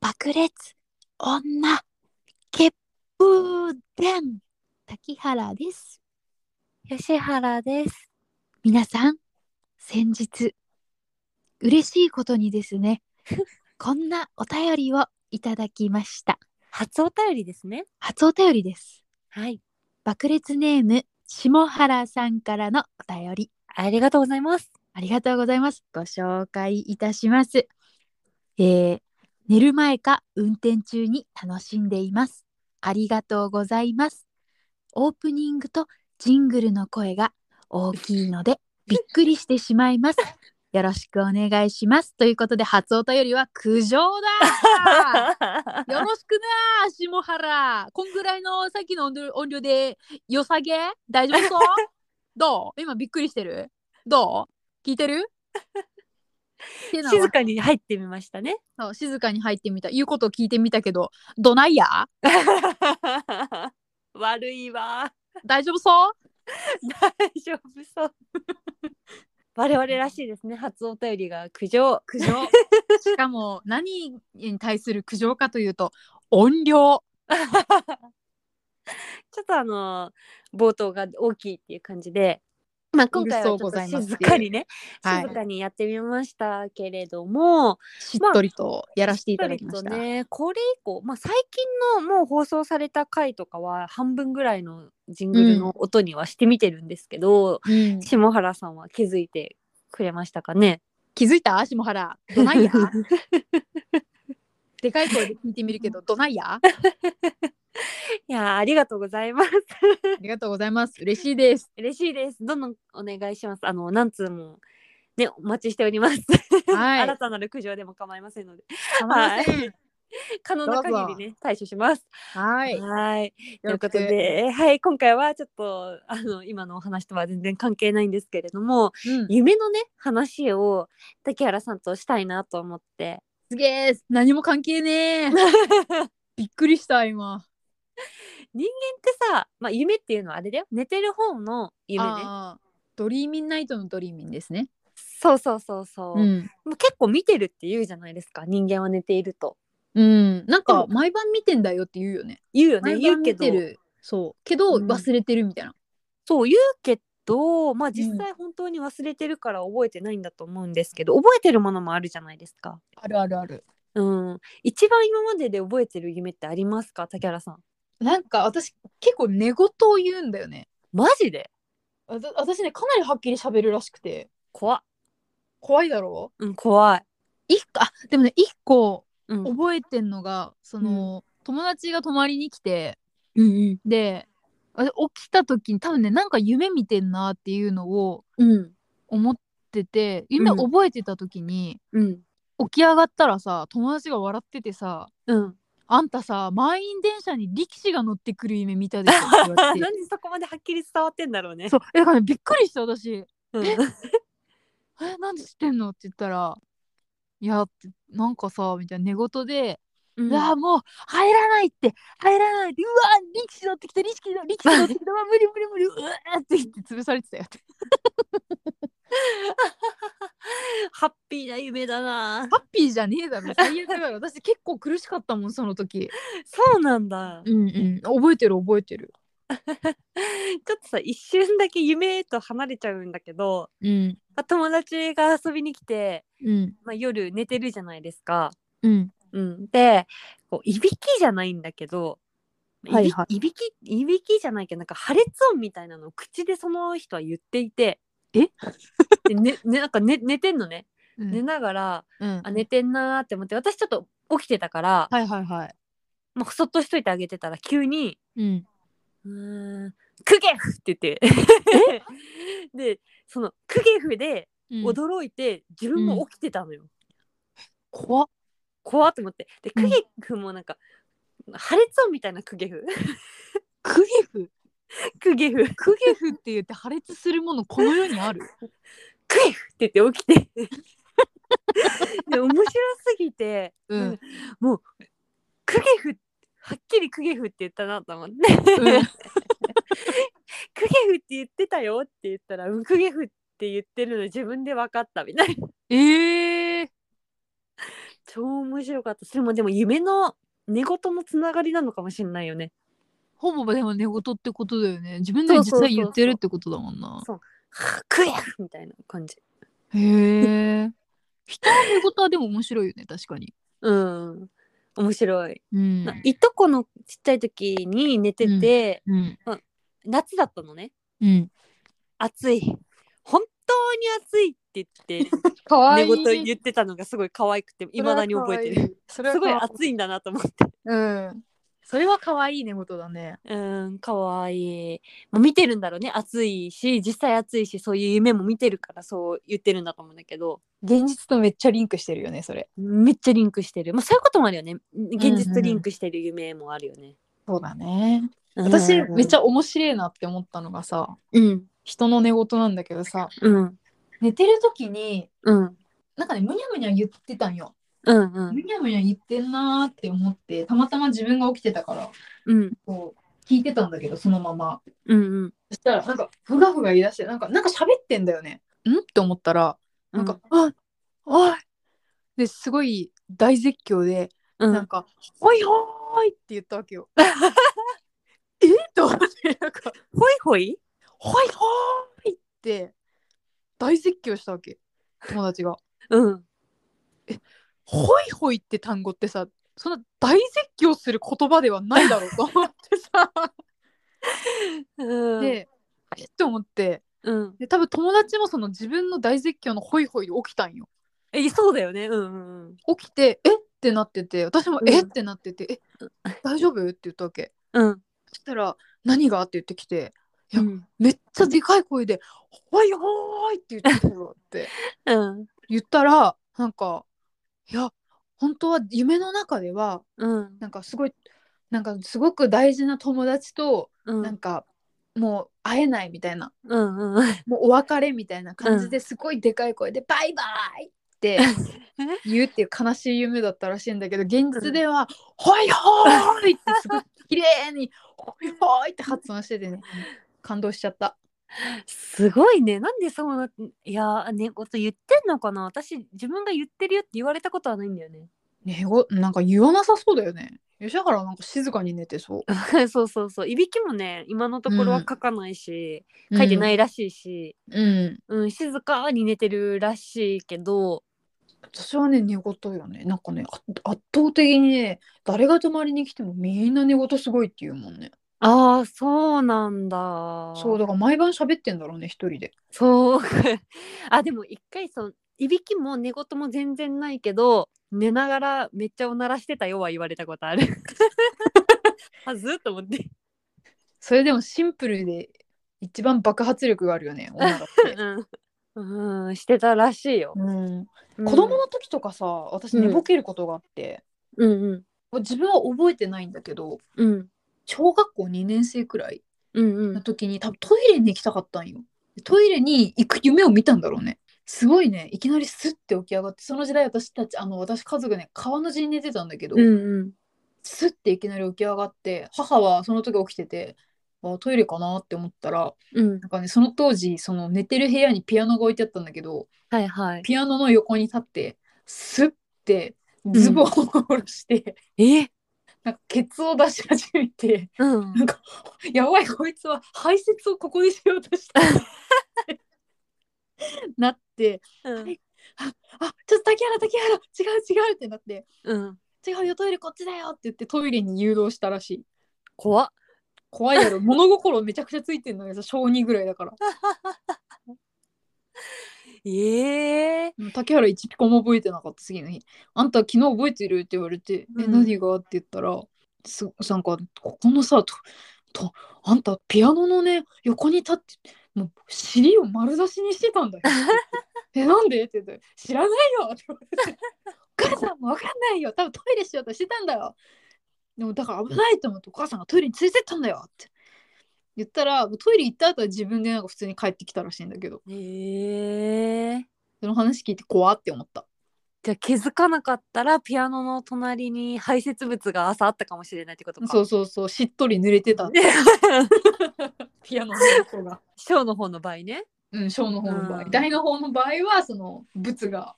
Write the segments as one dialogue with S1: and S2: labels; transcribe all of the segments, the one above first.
S1: 炸裂女血風伝滝原です
S2: 吉原です。
S1: 皆さん先日嬉しいことにです ねこんなお便りをいただきました
S2: 初お便りですね。
S1: 初お便りです
S2: はい。
S1: 爆裂ネーム下原さんからのお便り
S2: ありがとうございます。
S1: ありがとうございます。ご紹介いたします。えー寝る前か運転中に楽しんでいます。ありがとうございます。オープニングとジングルの声が大きいのでびっくりしてしまいます。よろしくお願いします。ということで初お便りは苦情 だよろしくな下原こんぐらいのさっきの音量音量で良さげ大丈 夫そうどう今びっくりしてるどう聞いて るってのは
S2: 静かに入ってみましたね。
S1: そう静かに入ってみた言うことを聞いてみたけどどないや
S2: 悪いわ。
S1: 大丈夫そう
S2: 大丈夫 そう。我々らしいですね。初お便りが苦情。
S1: 苦情 しかも何に対する苦情かというと音量
S2: ちょっとあの冒頭が大きいっていう感じで。まあ、今回はちょっ
S1: うるそう
S2: と
S1: ございます
S2: 静かにね、
S1: はい
S2: 静かにやってみましたけれども、
S1: しっとりとやらせていただきました、
S2: ちょっとね、これ以降、まあ、最近のもう放送された回とかは半分ぐらいのジングルの音にはしてみてるんですけど、
S1: うん
S2: 下原さんは気づいてくれましたかね
S1: 気づいた下原どないや
S2: い
S1: でかい声で聞いてみるけどどないやあ
S2: やーありがとうございます。
S1: りがとうございます嬉しいです
S2: 嬉しいです。どんどんお願いします。あの何通もねお待ちしております。
S1: はい
S2: 新たなる苦情でも構いませんので、
S1: たまりません
S2: 可能な限りね対処します。
S1: はい
S2: はい。とい
S1: よ
S2: う
S1: ろ
S2: こ
S1: しく
S2: とで、はい、今回はちょっとあの今のお話とは全然関係ないんですけれども、
S1: うん
S2: 夢のね話を竹原さんとしたいなと思って。
S1: すげえ何も関係ねえびっくりした今
S2: でさ、まあ、夢っていうのはあれだよ寝てる方の夢ね。
S1: あードリーミンナイトのドリーミンですね
S2: そうそうそうそう。
S1: うん、
S2: もう結構見てるって言うじゃないですか人間は寝ていると。
S1: うん、なん
S2: で
S1: か
S2: も
S1: 毎晩見てんだよって言うよね
S2: 言うよね
S1: 毎
S2: 言
S1: 晩
S2: うけ
S1: 見
S2: ど
S1: てるそうけど
S2: うん
S1: 忘れてるみたいな、
S2: そう言うけど、まあ、実際本当に忘れてるから覚えてないんだと思うんですけど、覚えてるものもあるじゃないですか。
S1: あるあるある
S2: うん、一番今までで覚えてる夢ってありますか竹原さん。
S1: なんか私結構寝言を言うんだよね
S2: マジで
S1: わた私ねかなりはっきり喋るらしくて
S2: 怖っ
S1: 怖いだろう
S2: うん、怖い。
S1: 一個あでもね一個
S2: うん。うん
S1: 覚えてんのがその、友達が泊まりに来て
S2: うん。
S1: で私起きた時に多分ねなんか夢見てんなっていうのを
S2: うん。
S1: 思ってて夢
S2: うん
S1: 覚えてた時に、
S2: うん。
S1: 起き上がったらさ友達が笑っててさ
S2: うん。
S1: 「あんたさ満員電車に力士が乗ってくる夢見たでしょ」って 言わ
S2: な
S1: れ
S2: ん
S1: て
S2: でそこまではっきり伝わってんだろうね。
S1: そうえだからねびっくりした私
S2: う
S1: 「
S2: ん。
S1: えなんで知ってんの?」って言ったら「いやってなんかさ」みたいな寝言で「
S2: うん
S1: うわもう入らないって入らないってうわ力士乗ってきた力士の力士乗ってきたうわ無理無理無理うわ」って言って潰されてたよって
S2: ハッピーな夢だな。
S1: ハッピーじゃねえだろ最悪だろ私結構苦しかったもんその時
S2: そうなんだ。ち
S1: うんうん覚えてる覚えてる
S2: ょっとさ、一瞬だけ夢と離れちゃうんだけど、
S1: うん
S2: まあ友達が遊びに来て、
S1: うん
S2: まあ、夜寝てるじゃないですか。
S1: うん
S2: うん、でこういびきじゃないんだけどいび,、、
S1: はいはい
S2: びきいびきじゃないけどなんか破裂音みたいなのを口でその人は言っていて
S1: え
S2: で、ねね、なんか寝寝てんのね
S1: うん
S2: 寝ながら、
S1: うん
S2: あ寝てんなーって思って私ちょっと起きてたから、
S1: はいはいはい
S2: もうそっとしといてあげてたら急に
S1: うん
S2: 「うーんクゲフ!」って言って でそのクゲフで
S1: 踊
S2: 驚いて、自分も起きてたのよ。
S1: 怖っ
S2: 怖っと思ってで
S1: うん
S2: クゲフもなんか、破裂音みたいなクゲフ
S1: クゲフ
S2: クゲフ
S1: クゲフって言って破裂するものこの世にある
S2: クエフって言って起きてで面白すぎて
S1: うん
S2: うんもうクゲフはっきりクゲフって言ったなと思って
S1: うん
S2: クゲフって言ってたよって言ったらうんクゲフって言ってるの自分で分かったみたいな
S1: ええ
S2: 超面白かったそれもでも夢の寝言のつながりなのかもしれないよね
S1: ほぼでも寝言ってことだよね。自分でも実際言ってるってことだもんな。
S2: そうはぁ食えやみたいな感じ
S1: へえ。 人の寝言はでも面白いよね、確かに。
S2: うん面白い、
S1: うん。
S2: まあいとこのちっちゃい時に寝てて、
S1: うん。
S2: 夏だったのね
S1: うん。
S2: 暑い本当に暑いって言って
S1: かわ
S2: 寝言言ってたのがすごい可愛 くていまだに覚えてる
S1: る。それは
S2: す
S1: か
S2: ごい
S1: わいい
S2: 暑いんだなと思って
S1: うん。それは可愛い寝言だね。
S2: うん可愛いもう見てるんだろうね暑いし実際暑いしそういう夢も見てるからそう言ってるんだと思うんだけど
S1: 現実とめっちゃリンクしてるよね、それ。
S2: めっちゃリンクしてる、まあ、そういうこともあるよね現実とリンクしてる夢もあるよね、
S1: そうだね。
S2: うん
S1: 私、めっち
S2: ゃ
S1: ゃ面白いなって思ったのがさ、
S2: うん
S1: 人の寝言なんだけどさ、
S2: うん
S1: 寝てる時に、
S2: うん
S1: なんかね、むにゃむにゃ言ってたんよ。
S2: うんうん
S1: むにゃむにゃ言ってんなーって思って、たまたま自分が起きてたから、
S2: うん
S1: こう、聞いてたんだけど、そのまま。
S2: うん
S1: そしたら、なんか、ふがふが言い出して、なんか、なんか喋ってんだよね。んって思ったら、
S2: う
S1: なんんか、あおいですごい大絶叫で、
S2: うん
S1: なんか「ほいほーい!」って言ったわけよ。 えと思ってなんか
S2: ほいほい
S1: 「ほいほーい!」って大絶叫したわけ友達が。
S2: うん
S1: ほいほいって単語ってさそんな大絶叫する言葉ではないだろうと思って さ
S2: うん
S1: でえっと思って
S2: うん
S1: で多分友達もその自分の大絶叫のほいほいで起きたんよ。
S2: えそうだよねうんうんうん
S1: 起きて「えっ?」てなってて私も「
S2: うん
S1: えっ?」てなってて「え大丈夫?」って言ったわけ。
S2: うん
S1: そしたら「何が?」って言ってきていや
S2: うん
S1: めっちゃでかい声で「おいおーい!」って言ってたよって
S2: うん
S1: 言ったらなんかいや本当は夢の中では
S2: うん
S1: なんかすごいなんかすごく大事な友達と
S2: うん
S1: なんかもう会えないみたいな
S2: うんうん
S1: もうお別れみたいな感じですごいでかい声で「バイバイ!」 って言うっていう悲しい夢だったらしいんだけど現実では「ほいほーい!」ってすごい綺麗に「ほいほーい!」って発音しててね感動しちゃった。
S2: すごいね。なんでそうな、いやー、ね、こと言ってんのかな私、自分が言ってるよって言われたことはないんだよね。
S1: 寝ごなんか言わなさそうだよね。吉原はなんか静かに寝てそ
S2: そうそうそう。いびきもね、今のところは書かないし、
S1: う。。
S2: 書いてないいらしいし、
S1: うん。
S2: うん、静かに寝てるらしいけど、
S1: 私はね寝言よね。なんかねあ圧倒的にね誰が泊まりに来てもみんな寝言すごいって言うもんね。
S2: ああ、そうなんだ。
S1: そうだから毎晩喋ってんだろうね一人で。
S2: そう。 あ、でも一回、そう、いびきも寝言も全然ないけど、寝ながらめっちゃおならしてたよは言われたことある。 はずと思って。
S1: それでもシンプルで一番爆発力があるよ ね女だって。
S2: うん、うん、してたらしいよ。
S1: うん、
S2: うん
S1: 子供の時とかさ私寝ぼけることがあって、
S2: うんうん
S1: もう自分は覚えてないんだけど
S2: うん
S1: 小学校2年生くらい
S2: うんう
S1: の
S2: ん
S1: 時に多分トイレに行きたかったんよトイレに行く夢を見たんだろうねすごいねいきなりスッて起き上がってその時代私たちあの私家族ね川の字に寝てたんだけど、
S2: うん
S1: スッていきなり起き上がって母はその時起きててあトイレかなって思ったら
S2: うん
S1: なんかねその当時その寝てる部屋にピアノが置いてあったんだけど
S2: はいはい
S1: ピアノの横に立ってスッてズボンを下ろして、
S2: え
S1: なんかケツを出し始めて。
S2: うん
S1: なんか、やばい、こいつは排泄をここでしようとした。なって、
S2: うん
S1: あ、ちょっと竹原、竹原、違う違うってなって、
S2: うん
S1: 違うよ、トイレこっちだよって言ってトイレに誘導したらしい。
S2: 怖っ
S1: 怖いやろ、物心めちゃくちゃついてんのよ、小二ぐらいだから。
S2: ええ
S1: うん竹原一ピコも覚えてなかった、次の日。あんた昨日覚えてるって言われて、
S2: うん
S1: え、何がって言ったら、すなんか、ここのさ、と、と、あんたピアノのね、横に立って、もう尻を丸出しにしてたんだよ。え、なんでって言って、知らないよって言われ て、お母さんもわかんないよ。多分トイレしようとしてたんだよ。でもだから危ないと思ってお母さんがトイレに連れてったんだよって言ったら、もうトイレ行った後は自分でなんか普通に帰ってきたらしいんだけど、
S2: ええ
S1: その話聞いて怖って思った。
S2: じゃあ気づかなかったらピアノの隣に排泄物が朝あったかもしれないってことか
S1: そうそうそうしっとり濡れてたピアノの音が。
S2: ショーの方の場合ね
S1: うん小の方の場合、
S2: う ん
S1: 大の方の場合はその物が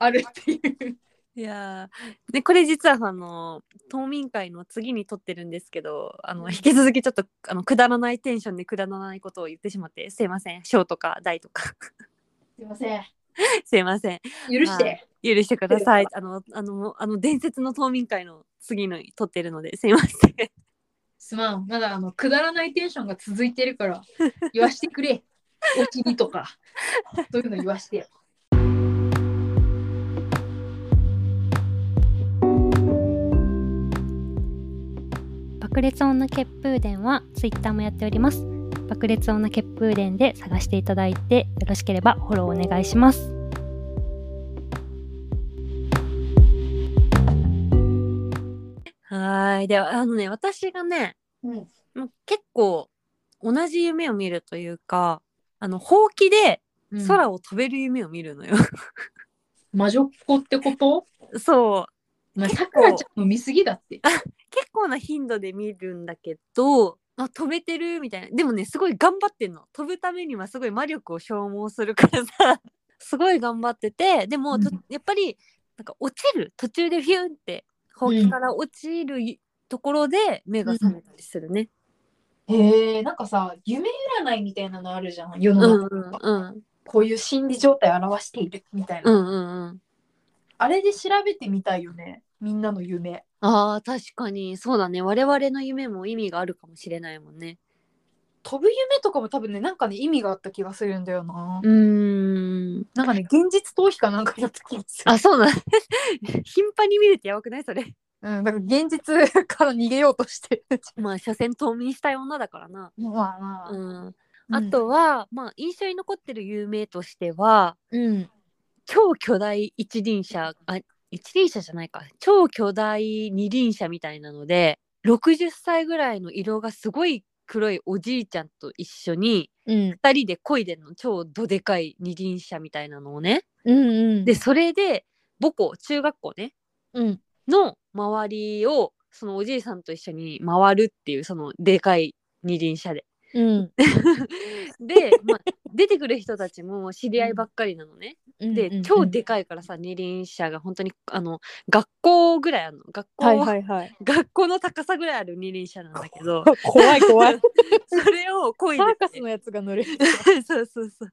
S1: あるっていう。
S2: いやーでこれ実はあの冬眠会の次に撮ってるんですけどあの引き続きちょっとあのくだらないテンションでくだらないことを言ってしまってすいません小とか大とか
S1: すいません。
S2: すいません
S1: 許
S2: して。許してくだ さいあのあのあの伝説の冬眠会の次の撮ってるのですいません
S1: すまん。まだあのくだらないテンションが続いてるから、言わしてく れ。おちにとか、そういうの言わしてよ。
S3: 爆裂音の血風伝はツイッターもやっております爆裂音の血風伝で探していただいてよろしければフォローお願いします
S2: はーいではあのね私がね
S1: うん。
S2: もう結構同じ夢を見るというかあのほうきで空を飛べる夢を見るのよ、
S1: 魔女っ子ってこと
S2: そう
S1: お前
S2: 結構
S1: さくらちゃんの見すぎだって。
S2: 結構な頻度で見るんだけどあ飛べてるみたいなでもねすごい頑張ってんの飛ぶためにはすごい魔力を消耗するからさ すごい頑張っててでも、と
S1: うん
S2: やっぱりなんか落ちる途中でフィュンってほうきから落ちるいところで目が覚めたりするね。
S1: へえ、なんかさ、夢占いみたいなのあるじゃん、世
S2: うんうん
S1: の中。
S2: うん
S1: こういう心理状態を表しているみたいな。
S2: うんうんうん
S1: あれで調べてみたいよね、みんなの夢。
S2: あー確かにそうだね我々の夢も意味があるかもしれないもんね。
S1: 飛ぶ夢とかも多分ね、なんかね、意味があった気がするんだよな。
S2: うーん
S1: なんかね、現実逃避かなんかだった気がする。
S2: あそうだ 頻繁に見るってやばくないそれ。
S1: うん、だから現実から逃げようとしてる。
S2: まあ所詮冬眠したい女だからな。
S1: まあまあ
S2: うん、
S1: あ
S2: あ
S1: と、
S2: とは、まあ、印象に残ってる有名としては
S1: うん、
S2: 超巨大一輪車あ一輪車じゃないか超巨大二輪車みたいなので60歳ぐらいの色がすごい黒いおじいちゃんと一緒に
S1: うん、
S2: 2人で漕いでんの超どでかい二輪車みたいなのをね
S1: うん、うん、
S2: で、それで母校中学校ね
S1: うん、
S2: の周りをそのおじいさんと一緒に回るっていうそのでかい二輪車で。
S1: うん、
S2: で、まあ、出てくる人たちも知り合いばっかりなのね。で超でかいからさ二輪車が本当にあの学校ぐらいあるの学校、
S1: はいはい はい。
S2: 学校の高さぐらいある二輪車なんだ けど
S1: 怖い怖い。
S2: それをこい
S1: サ
S2: で
S1: ーカス
S2: て
S1: のやつが乗る。
S2: そうそうそう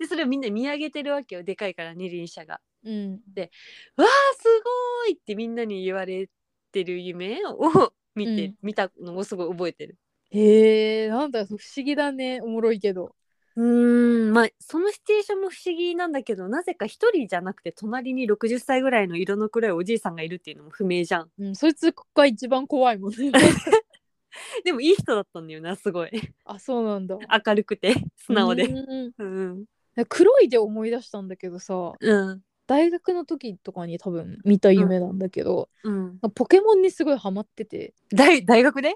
S2: でそれをみんな見上げてるわけよでかいから二輪車が。
S1: うん、
S2: わあすごいってみんなに言われてる夢を見て、
S1: うん
S2: 見たのをすごい覚えてる。
S1: へえ、なんだ不思議だね、おもろいけど。
S2: うーんまあそのシチュエーションも不思議なんだけどなぜか一人じゃなくて隣に60歳ぐらいの色の黒いおじいさんがいるっていうのも不明じゃん
S1: うん、そいつが一番怖いもん ね。
S2: でもいい人だったんだよなすごい
S1: あ、そうなんだ。
S2: 明るくて素直で
S1: うん
S2: うん
S1: 黒いで思い出したんだけどさ、
S2: うん
S1: 大学の時とかに多分見た夢なんだけど、
S2: うん
S1: ポケモンにすごいハマってて、
S2: 大大学で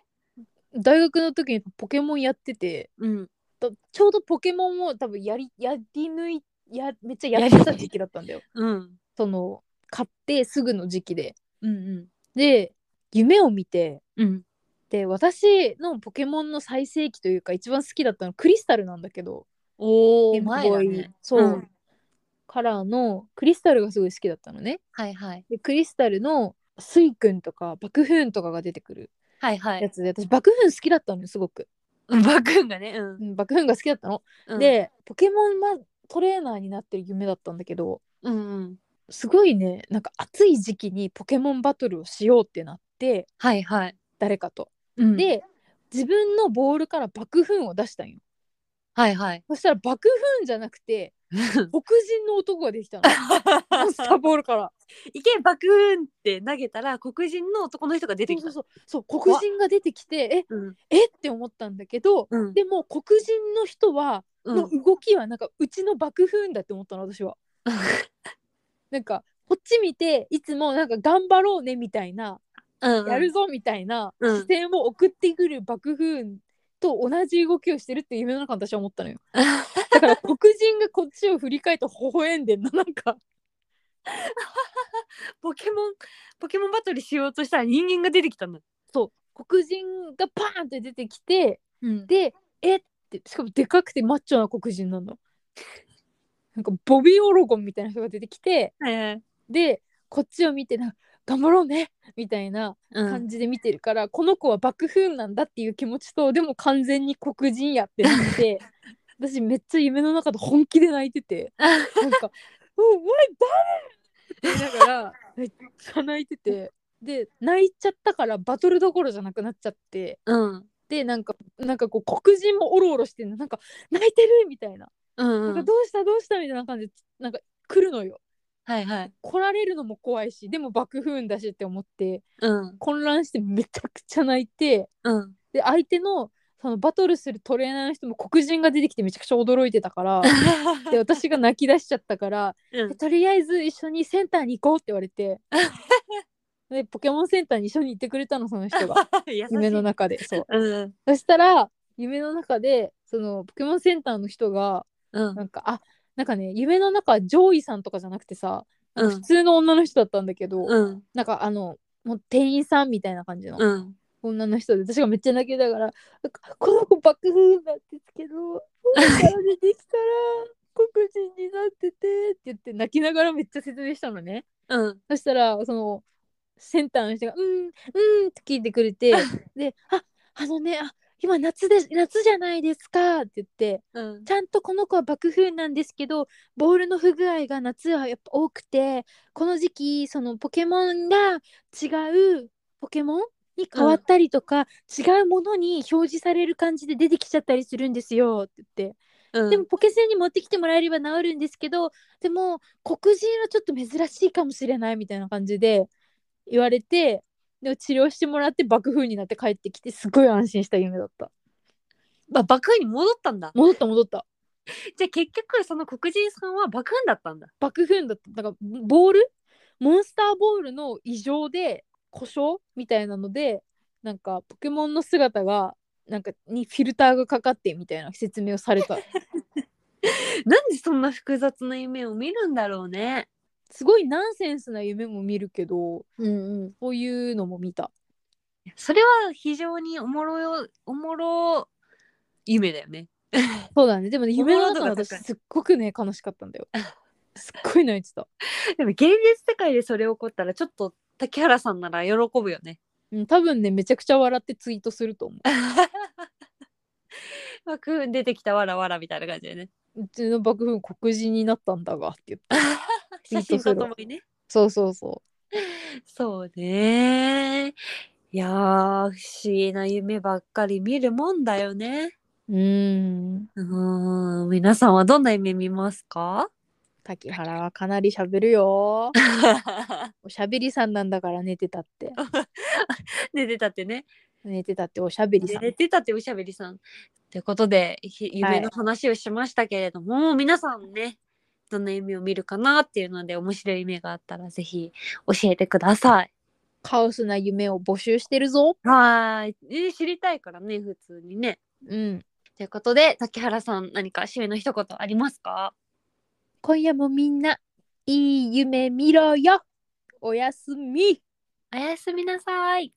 S1: 大学の時にポケモンやってて、
S2: うん
S1: とちょうどポケモンを多分やりやり抜いやめっちゃやってた時期だったんだよ。
S2: うん
S1: その買ってすぐの時期で。
S2: うん
S1: で夢を見て
S2: うんうん
S1: で私のポケモンの最盛期というか一番好きだったのクリスタルなんだけど
S2: お
S1: ゲー
S2: お
S1: ムボ
S2: 前だ
S1: ーイ
S2: ね
S1: そう、
S2: うん
S1: カラーのクリスタルがすごい好きだったのね。
S2: はいはい
S1: でクリスタルのスイくんとか爆風とかが出てくる
S2: はいは
S1: や
S2: い
S1: つで私爆風好きだったのよすごく。
S2: バクンがねうん
S1: うん、爆風が好きだったの。
S2: うん
S1: でポケモンマトレーナーになってる夢だったんだけど。
S2: うんうん
S1: すごいねなんか暑い時期にポケモンバトルをしようってなって
S2: はいはい
S1: 誰かと。
S2: うん
S1: で自分のボールから爆風を出したんよ。
S2: はいはい
S1: そしたら爆風じゃなくて黒人の男がで きたの。モンスターボールから。
S2: いけバクーンって投げたら黒人の男の人が出
S1: そ
S2: て
S1: う
S2: き
S1: そ
S2: た
S1: うそうそう黒人が出てきて
S2: うん
S1: ええって思ったんだけど
S2: うん
S1: でも黒人の人は
S2: う
S1: の
S2: ん
S1: 動きはなんかうちの爆風だって思ったの私は。なんかこっち見ていつもなんか頑張ろうねみたいな
S2: うん
S1: やるぞみたいな
S2: うん
S1: 視線を送ってくる爆風雲と同じ動きをしてるって夢の中の私は思った のよ。だから黒人がこっちを振り返って微笑んでんのなんか
S2: ポケモンポケモンバトルしようとしたら人間が出てきたんだ
S1: そう黒人がパーンって出てきて
S2: うん
S1: でえってしかもでかくてマッチョな黒人なの。なんかボビー・オロゴンみたいな人が出てきて
S2: ええ
S1: でこっちを見てな頑張ろうねみたいな
S2: うん
S1: 感じで見てるから、この子は爆風なんだっていう気持ちとでも完全に黒人やってなって 私めっちゃ夢の中で本気で泣いててなんか「おお前誰?」って言いながらめっちゃ泣いててで泣いちゃったからバトルどころじゃなくなっちゃって
S2: うん
S1: でなんかなんかこう黒人もおろおろしてんのなんか泣いてるみたいな,、
S2: うんう
S1: なんか
S2: ん
S1: どうしたどうしたみたいな感じでなんか来るのよ
S2: はいはい
S1: 来られるのも怖いしでも爆風だしって思って
S2: うん
S1: 混乱してめちゃくちゃ泣いて。
S2: うん
S1: で相手のそのバトルするトレーナーの人も黒人が出てきてめちゃくちゃ驚いてたから で私が泣き出しちゃったから
S2: うん
S1: えとりあえず一緒にセンターに行こうって言われ てでポケモンセンターに一緒に行ってくれたのその人 が夢の中でそう
S2: うん
S1: そしたら夢の中でそのポケモンセンターの人が
S2: うん
S1: なんかあなんかね夢の中はジョイさんとかじゃなくてさ
S2: う
S1: 普
S2: ん
S1: 通の女の人だったんだけど、
S2: うん
S1: なんかあのもう店員さんみたいな感じの、
S2: うん
S1: 女の人で私がめっちゃ泣きながら「この子爆風なんですけどこの顔にでき たら黒人になってて」って言って泣きながらめっちゃ説明したのね
S2: うん
S1: そしたらそのセンターの人が「うんうん」って聞いてくれ てで「ああのねあ今夏で夏じゃないですか」って言って
S2: うん
S1: ちゃんとこの子は爆風なんですけどボールの不具合が夏はやっぱ多くてこの時期そのポケモンが違うポケモンに変わったりとか、違うものに表示される感じで出てきちゃったりするんですよって言って、
S2: うん
S1: でもポケセンに持ってきてもらえれば治るんですけどでも黒人はちょっと珍しいかもしれないみたいな感じで言われてでも治療してもらって爆風になって帰ってきてすごい安心した夢だった
S2: まあ爆風に戻ったんだ
S1: 戻った戻った
S2: じゃあ結局その黒人さんは爆風だったんだ
S1: 爆風だったなんかボールモンスターボールの異常で故障みたいなのでなんかポケモンの姿がなんかにフィルターがかかってみたいな説明をされ た
S2: なんでそんな複雑な夢を見るんだろうね
S1: すごいナンセンスな夢も見るけど
S2: うんうん
S1: こういうのも見た
S2: それは非常におもろよおもろ夢だよね
S1: そうだねでもね夢の中の
S2: おもろ
S1: 私
S2: さが高い
S1: すっごくね悲しかったんだよすっごい泣いてた、
S2: でも現実世界でそれ起こったらちょっと竹原さんなら喜ぶよね。
S1: うん、多分ねめちゃくちゃ笑ってツイートすると思う
S2: まあ、く出てきたわらわらみたいな感じでね。
S1: うちの爆風黒人になったんだがって言って
S2: 写真とともにね。
S1: そうそうそ
S2: そうね。いやー不思議な夢ばっかり見るもんだよね。
S1: ううーん
S2: うーん皆さんはどんな夢見ますか
S1: 滝原はかなり喋るよ。おしゃべりさんなんだから寝てたって。
S2: 寝てたってね。
S1: 寝てたっておしゃべりさん。
S2: 寝てたっておしゃべりさん。ということでひ夢の話をしましたけれども、皆さんねどんな夢を見るかなっていうので面白い夢があったらぜひ教えてください。
S1: カオスな夢を募集してるぞ。
S2: はーい、えー知りたいからね普通にね。
S1: うん。
S2: ということで竹原さん何か締めの一言ありますか
S1: 今夜もみんないい夢見ろよ。おやすみ。
S2: おやすみなさい。